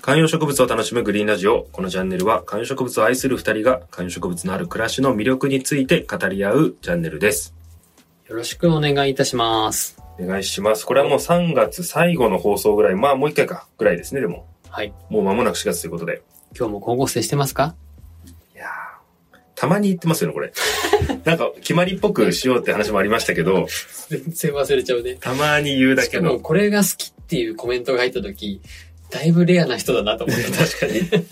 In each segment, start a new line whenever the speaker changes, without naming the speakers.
観葉植物を楽しむグリーンラジオ。このチャンネルは観葉植物を愛する二人が観葉植物のある暮らしの魅力について語り合うチャンネルです。
よろしくお願いいたします。
お願いします。これはもう3月最後の放送ぐらい、まあもう一回か、ぐらいですね、でも。
はい。
もう間もなく4月ということで。
今日も光合成してますか
いやーたまに言ってますよね、これ。なんか決まりっぽくしようって話もありましたけど、
全然忘れちゃうね。
たまに言うだ
し
け
かも
の。
これが好きっていうコメントが入った時、だいぶレアな人だなと思った。
確かに。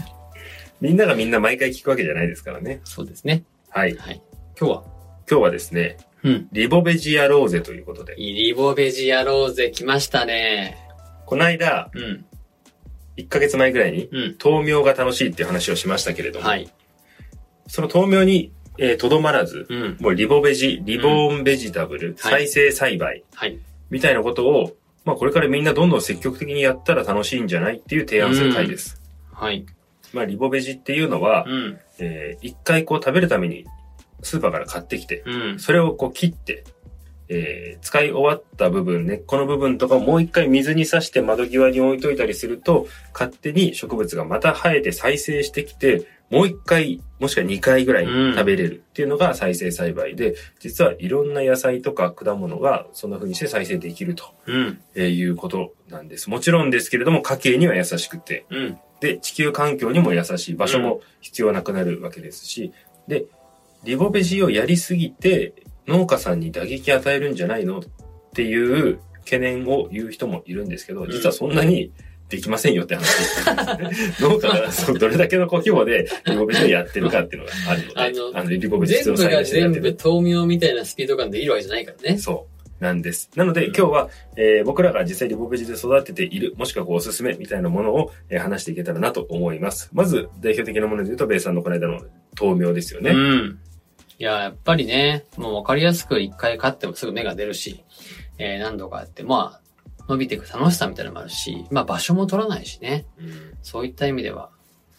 みんながみんな毎回聞くわけじゃないですからね。
そうですね。
はい。
はい。今日は
今日はですね、
うん。
リボベジアローゼということで。
イリボベジやろうぜ、来ましたね。
この間、
うん。
1ヶ月前ぐらいに、
うん。
豆苗が楽しいっていう話をしましたけれども、
はい。
その豆苗にえーとど、まらず、
うん。
もうリボベジ、リボーンベジタブル、再生栽培
はい。
みたいなことを、まあこれからみんなどんどん積極的にやったら楽しいんじゃないっていう提案する回です。
はい。
まあリボベジっていうのは、
うん。
えー一回こう食べるためにスーパーから買ってきて、
うん。
それをこう切って、えー使い終わった部分、根っこの部分とかをもう一回水に刺して窓際に置いといたりすると、勝手に植物がまた生えて再生してきて、もう一回、もしくは二回ぐらい
うん
食べれるっていうのが再生栽培で、実はいろんな野菜とか果物がそんな風にして再生できると
うん。
えーいうことなんです。もちろんですけれども、家計には優しくて、
うん。
で、地球環境にも優しい場所も必要なくなるわけですし、で、リボベジをやりすぎて農家さんに打撃与えるんじゃないのっていう懸念を言う人もいるんですけど、
ん
実はそんなにできませんよって 話です。農家がそうどれだけの小規模でリボベジをやってるかっていうのがあるので、あ
あ
の
の
リボベジ
全
を
部
栽
が
培してや
全
ってる
部豆苗みたいなスピード感でいるわけじゃないからね。
そう。なんです。なので、
うん
今日は、えー僕らが実際リボベジで育てている、もしくはこうおすすめみたいなものを、えー話していけたらなと思います。まず、代表的なもので言うと、ベイさんのこの間の豆苗ですよね。
うん。いや、やっぱりね、もう分かりやすく一回勝ってもすぐ芽が出るし、えー何度かあって、まあ、伸びていく楽しさみたいなのもあるし、まあ場所も取らないしね、
うん
そういった意味では、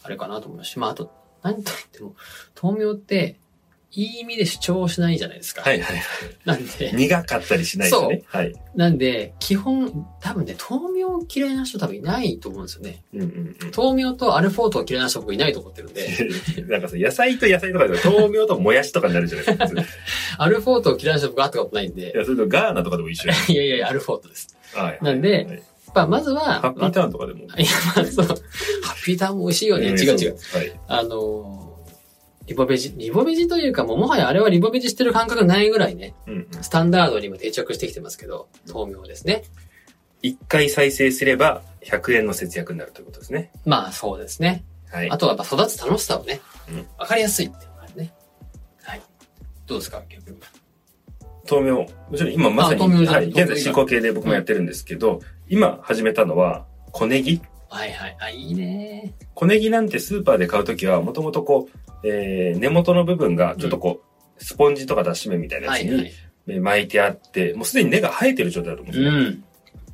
あれかなと思うし、まああと、何と言っても、豆苗って、いい意味で主張しないじゃないですか。
はいはい。
なんで、
苦かったりしないですね。はい。
なんで、基本、多分ね、豆苗嫌いな人多分いないと思うんですよね。
うんうん
豆苗とアルフォートを嫌いな人僕いないと思ってる んで。
うん。なんかさ、野菜と野菜とかで、豆苗ともやしとかになるじゃないですか。 普通
アルフォートを嫌いな人僕会ったことないん
い
で。
や、それとガーナとかでも一緒や。
いやいやいや、アルフォートです。
はい。
なんで
はい
まあ、まずは、
ハッピーターンとかでも。
いや、まあ、そう。ハッピーターンも美味しいよね。違う違う。
う。はい。
あのー、リボベジ、リボベジというか、もうもはやあれはリボベジしてる感覚ないぐらいね、
うんうん。
スタンダードにも定着してきてますけど、豆苗ですね。
一回再生すれば、100円の節約になるということですね。
まあそうですね。
はい
あ。とはやっぱ育つ楽しさをね
うん、
わかりやすいっていうのがあるね。はい。どうですか、逆に
豆苗。もちろん今まさに、
あ豆苗じゃ
は、
ないい
現在進行形で僕もやってるんですけど、今始めたのは小ネギ。
はいはい。あ、いいね。
小ネギなんてスーパーで買うときは、もともとこう、えー、根元の部分がちょっとこう、スポンジとか出し目みたいな
は
やつ
いは
に
い。
えー巻いてあって、もうすでに根が生えてる状態だと思うん
う
ですね。
ん。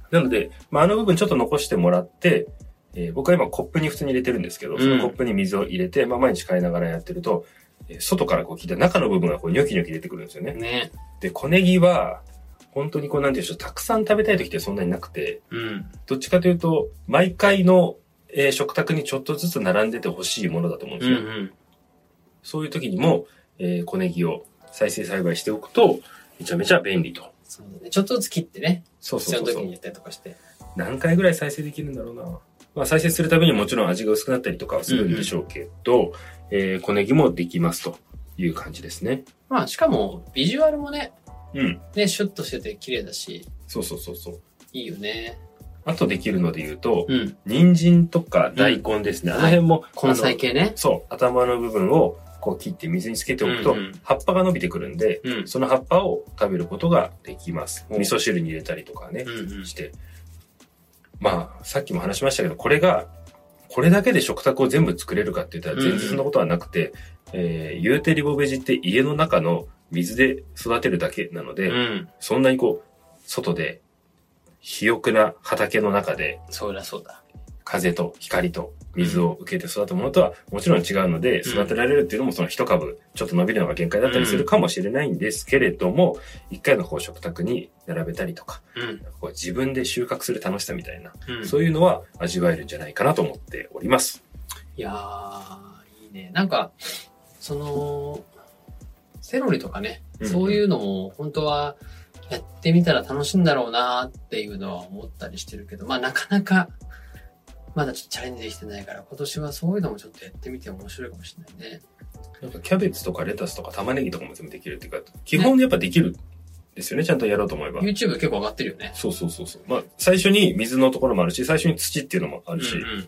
なので、まあ、あの部分ちょっと残してもらって、えー僕は今コップに普通に入れてるんですけど、
うん
そのコップに水を入れて、まあ、毎日変えながらやってると、えー外からこう切って中の部分がこうニョキニョキ出てくるんですよね。
ね。
で、小ネギは、本当にこうなんていうんでしょう、たくさん食べたい時ってそんなになくて、
うん。
どっちかというと、毎回の、えー食卓にちょっとずつ並んでてほしいものだと思うんで
う
す
ん
ね。
うん。
そういう時にも、えー小ネギを再生栽培しておくと、めちゃめちゃ便利と。
そうだね。ちょっとずつ切ってね、
そう
必
そう
要な
そう
時
そう
にやったりとかして。
何回ぐらい再生できるんだろうな。まあ再生するたびにもちろん味が薄くなったりとかはするんでしょうけど、えー小ネギもできますという感じですね。
まあ、しかも、ビジュアルもね、
うん。
ね、シュッとしてて綺麗だし、
そうそうそうそう。
いいよね。
あとできるので言うと、
うん。
人参とか大根ですね。
うん
あの辺も、
根
あ
菜
の
系ね。
そう、頭の部分をこう切って水につけておくと、
うんうん
葉っぱが伸びてくるんで、
うん。
その葉っぱを食べることができます。
うん
味噌汁に入れたりとかね
う、んうん
して。まあ、さっきも話しましたけど、これが、これだけで食卓を全部作れるかって言ったら全然そんなことはなくて、えー、ユーテリボベジって家の中の水で育てるだけなので、
うん。
そんなにこう、外で、肥沃な畑の中で
そうだそうだ。
風と光と水を受けて育ったものとはもちろん違うので、
うん
育てられるっていうのもその一株、ちょっと伸びるのが限界だったりするかもしれないんですけれども、一回のこう食卓に並べたりとか、
うん。
こう自分で収穫する楽しさみたいな、
うん。
そういうのは味わえるんじゃないかなと思っております。
いやー、いいね。なんか、その、セロリとかね、
うん
そういうのも本当はやってみたら楽しいんだろうなっていうのは思ったりしてるけど、まあなかなか、まだちょっとチャレンジできてないから、今年はそういうのもちょっとやってみて面白いかもしれないね。
なんかキャベツとかレタスとか玉ねぎとかも全部できるっていうか、基本やっぱできるんですよね、ちゃんとやろうと思えば。
YouTube 結構上がってるよね。
そうそうそうそう。まあ、最初に水のところもあるし、最初に土っていうのもあ
う
る
ん
し、
うん。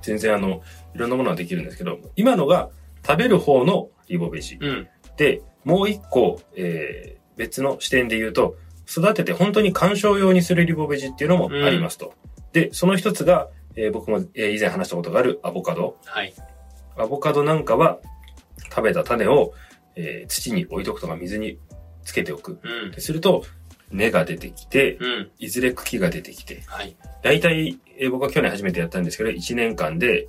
全然あの、いろんなものはできるんですけど、今のが食べる方のリボベジ。
うん。
で、もう一個、えー、別の視点で言うと、育てて本当に観賞用にするリボベジっていうのもありますと。で、その一つが、えー僕も、えー以前話したことがあるアボカド。
はい。
アボカドなんかは、食べた種を、えー土に置いとくとか水につけておく。
うん。
すると、根が出てきて、
うん。
いずれ茎が出てきて、
はい。
大体、えー僕は去年初めてやったんですけど、1年間で、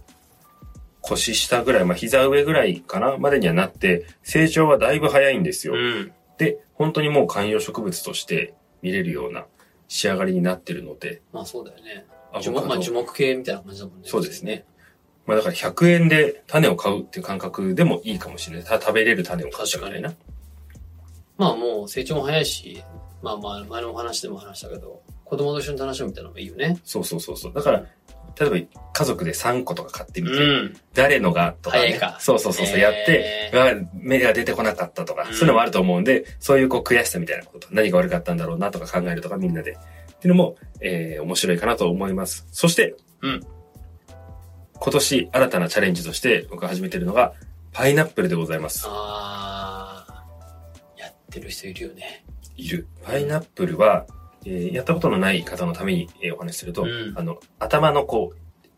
腰下ぐらい、まあ、膝上ぐらいかなまでにはなって、成長はだいぶ早いんですよ。
うん。
で、本当にもう観葉植物として見れるような仕上がりになってるので、
まあそうだよね。
ア
樹
ボ
木、ま
カ
あ
ド
樹。木系みたいな感じだもんね。
そうですね。まあだから100円で種を買うっていう感覚でもいいかもしれない。た食べれる種を買うみたいな。
まあもう成長も早いし、まあまあ前のお話でも話したけど、子供と一緒に楽しむみたいなのもいいよね。
そうそうそうそう。だから、例えば家族で3個とか買ってみて、
ん。
誰のがとか、ね、
早いか
そうそうそうそう、やって、
えー
が目が出てこなかったとか、
うん
そういうのもあると思うんで、そういうこう悔しさみたいなこと、何が悪かったんだろうなとか考えるとかみんなで、っていうのも、えー面白いかなと思います。そして、
うん
今年新たなチャレンジとして僕が始めてるのが、パイナップルでございます。
あーやってる人いるよね。
いる。パイナップルは、えーやったことのない方のために、えーお話しすると、
うん
あの、頭のこ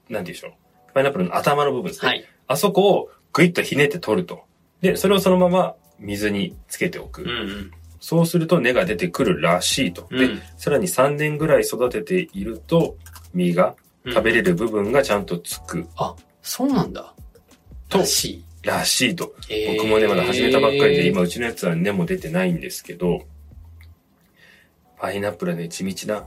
う、なんて言うんでしょう。パイナップルの頭の部分ですね。
はい。
あそこをグイッとひねって取ると。で、それをそのまま水につけておく。
うんうん。
そうすると根が出てくるらしいと。
う
で、
ん
さらに3年ぐらい育てていると、実が食べれ
る。
る部分がちゃんとつく
そうなんだ。
と
らし
らしいと。
い。へー
僕もね、まだ始めたばっかりで、。今うちのやつは根も出てないんですけど、パイナップルはね、地道な。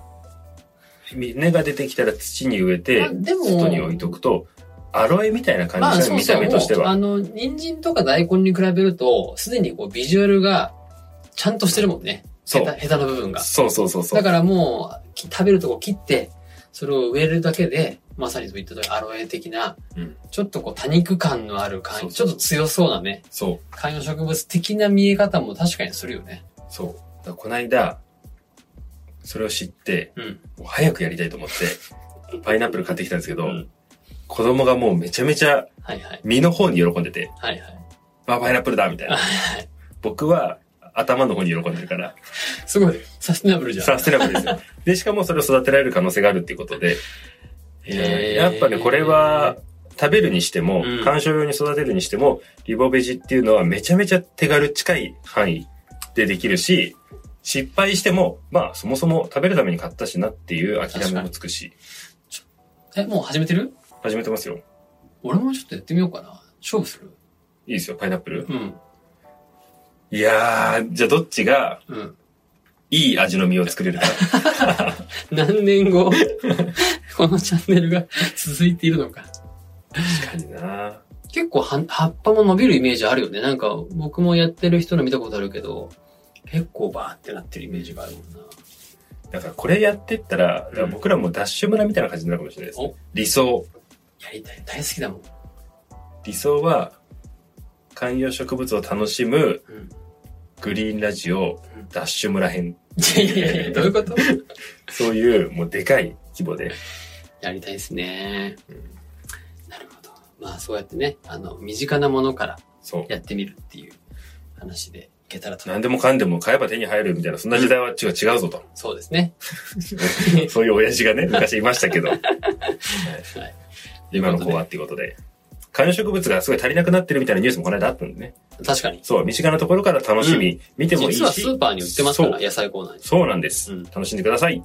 根が出てきたら土に植えて
あ、でも
外に置いとくと、アロエみたいな感
まあ
じじゃ
そ
ん、
う
見た
そう。
目として
もう
は。
あの、人参とか大根に比べると、すでにこうビジュアルがちゃんとしてるもんね。
そう
ヘタヘタの部分が。
そうそうそうそう
だ。からもう、き食べるとこ切って、それを植えるだけで、まさにそう言った通り、アロエ的な、
うん
ちょっとこう多肉感のある
そ
感
う
じ、
そ
ちょ
う
っと強そうなね、
そう。
観葉植物的な見え方も確かにするよね。
そう。だからこの間、それを知って、
うん。
もう早くやりたいと思って、 パイナップル買ってきたんですけど、
うん
子供がもうめちゃめちゃ
はいはい。
身の方に喜んでて、
はいはい。
あ、パイナップルだみたい
は
な。
いはい
僕は頭の方に喜んでるから、
すごい、サステナブルじゃん。
サステナブルです よ。で、しかもそれを育てられる可能性があるっていうことで、
へー
やっぱね、これは、食べるにしても
うん、
観賞用に育てるにしても、リボベジっていうのはめちゃめちゃ手軽近い範囲でできるし、失敗しても、まあそもそも食べるために買ったしなっていう諦めもつくし、
え、もう始めてる
始めてますよ。
俺もちょっとやってみようかな。勝負する
いいですよ、パイナップル。
うん。
いやー、じゃあどっちが
うん。
いい味の実を作れるか。
何年後、 このチャンネルが続いているのか。
確かにな
結構は葉っぱも伸びるイメージあるよね。なんか僕もやってる人の見たことあるけど、結構バーってなってるイメージがあるもんな。
だからこれやってったら、だから
うん
僕らもダッシュ村みたいな感じになるかもしれないです、ね
お。
理想。
やりたい。大好きだもん。
理想は、観葉植物を楽しむ
うん。
グリーンラジオ
うん
ダッシュ村編。
いやいやいや、どういうこと
そういう、もうでかい規模で。
やりたいですね。なるほど。まあそうやってね、あの、身近なものから
そう。
やってみるっていう話でいけたらと。
何でもかんでも買えば手に入るみたいな、そんな時代は違う違うぞと。
そうですね。
そういう親父がね、昔いました けど。はい
はい
今の子はっていうことで。観葉植物がすごい足りなくなってるみたいなニュースもこの間あったんでね。
確かに。
そう、身近なところから楽しみ、見てもいいし。
実はスーパーに売ってますか
そ
ら、
う
野菜コーナーに。
そうなんです、
うん
楽しんでください。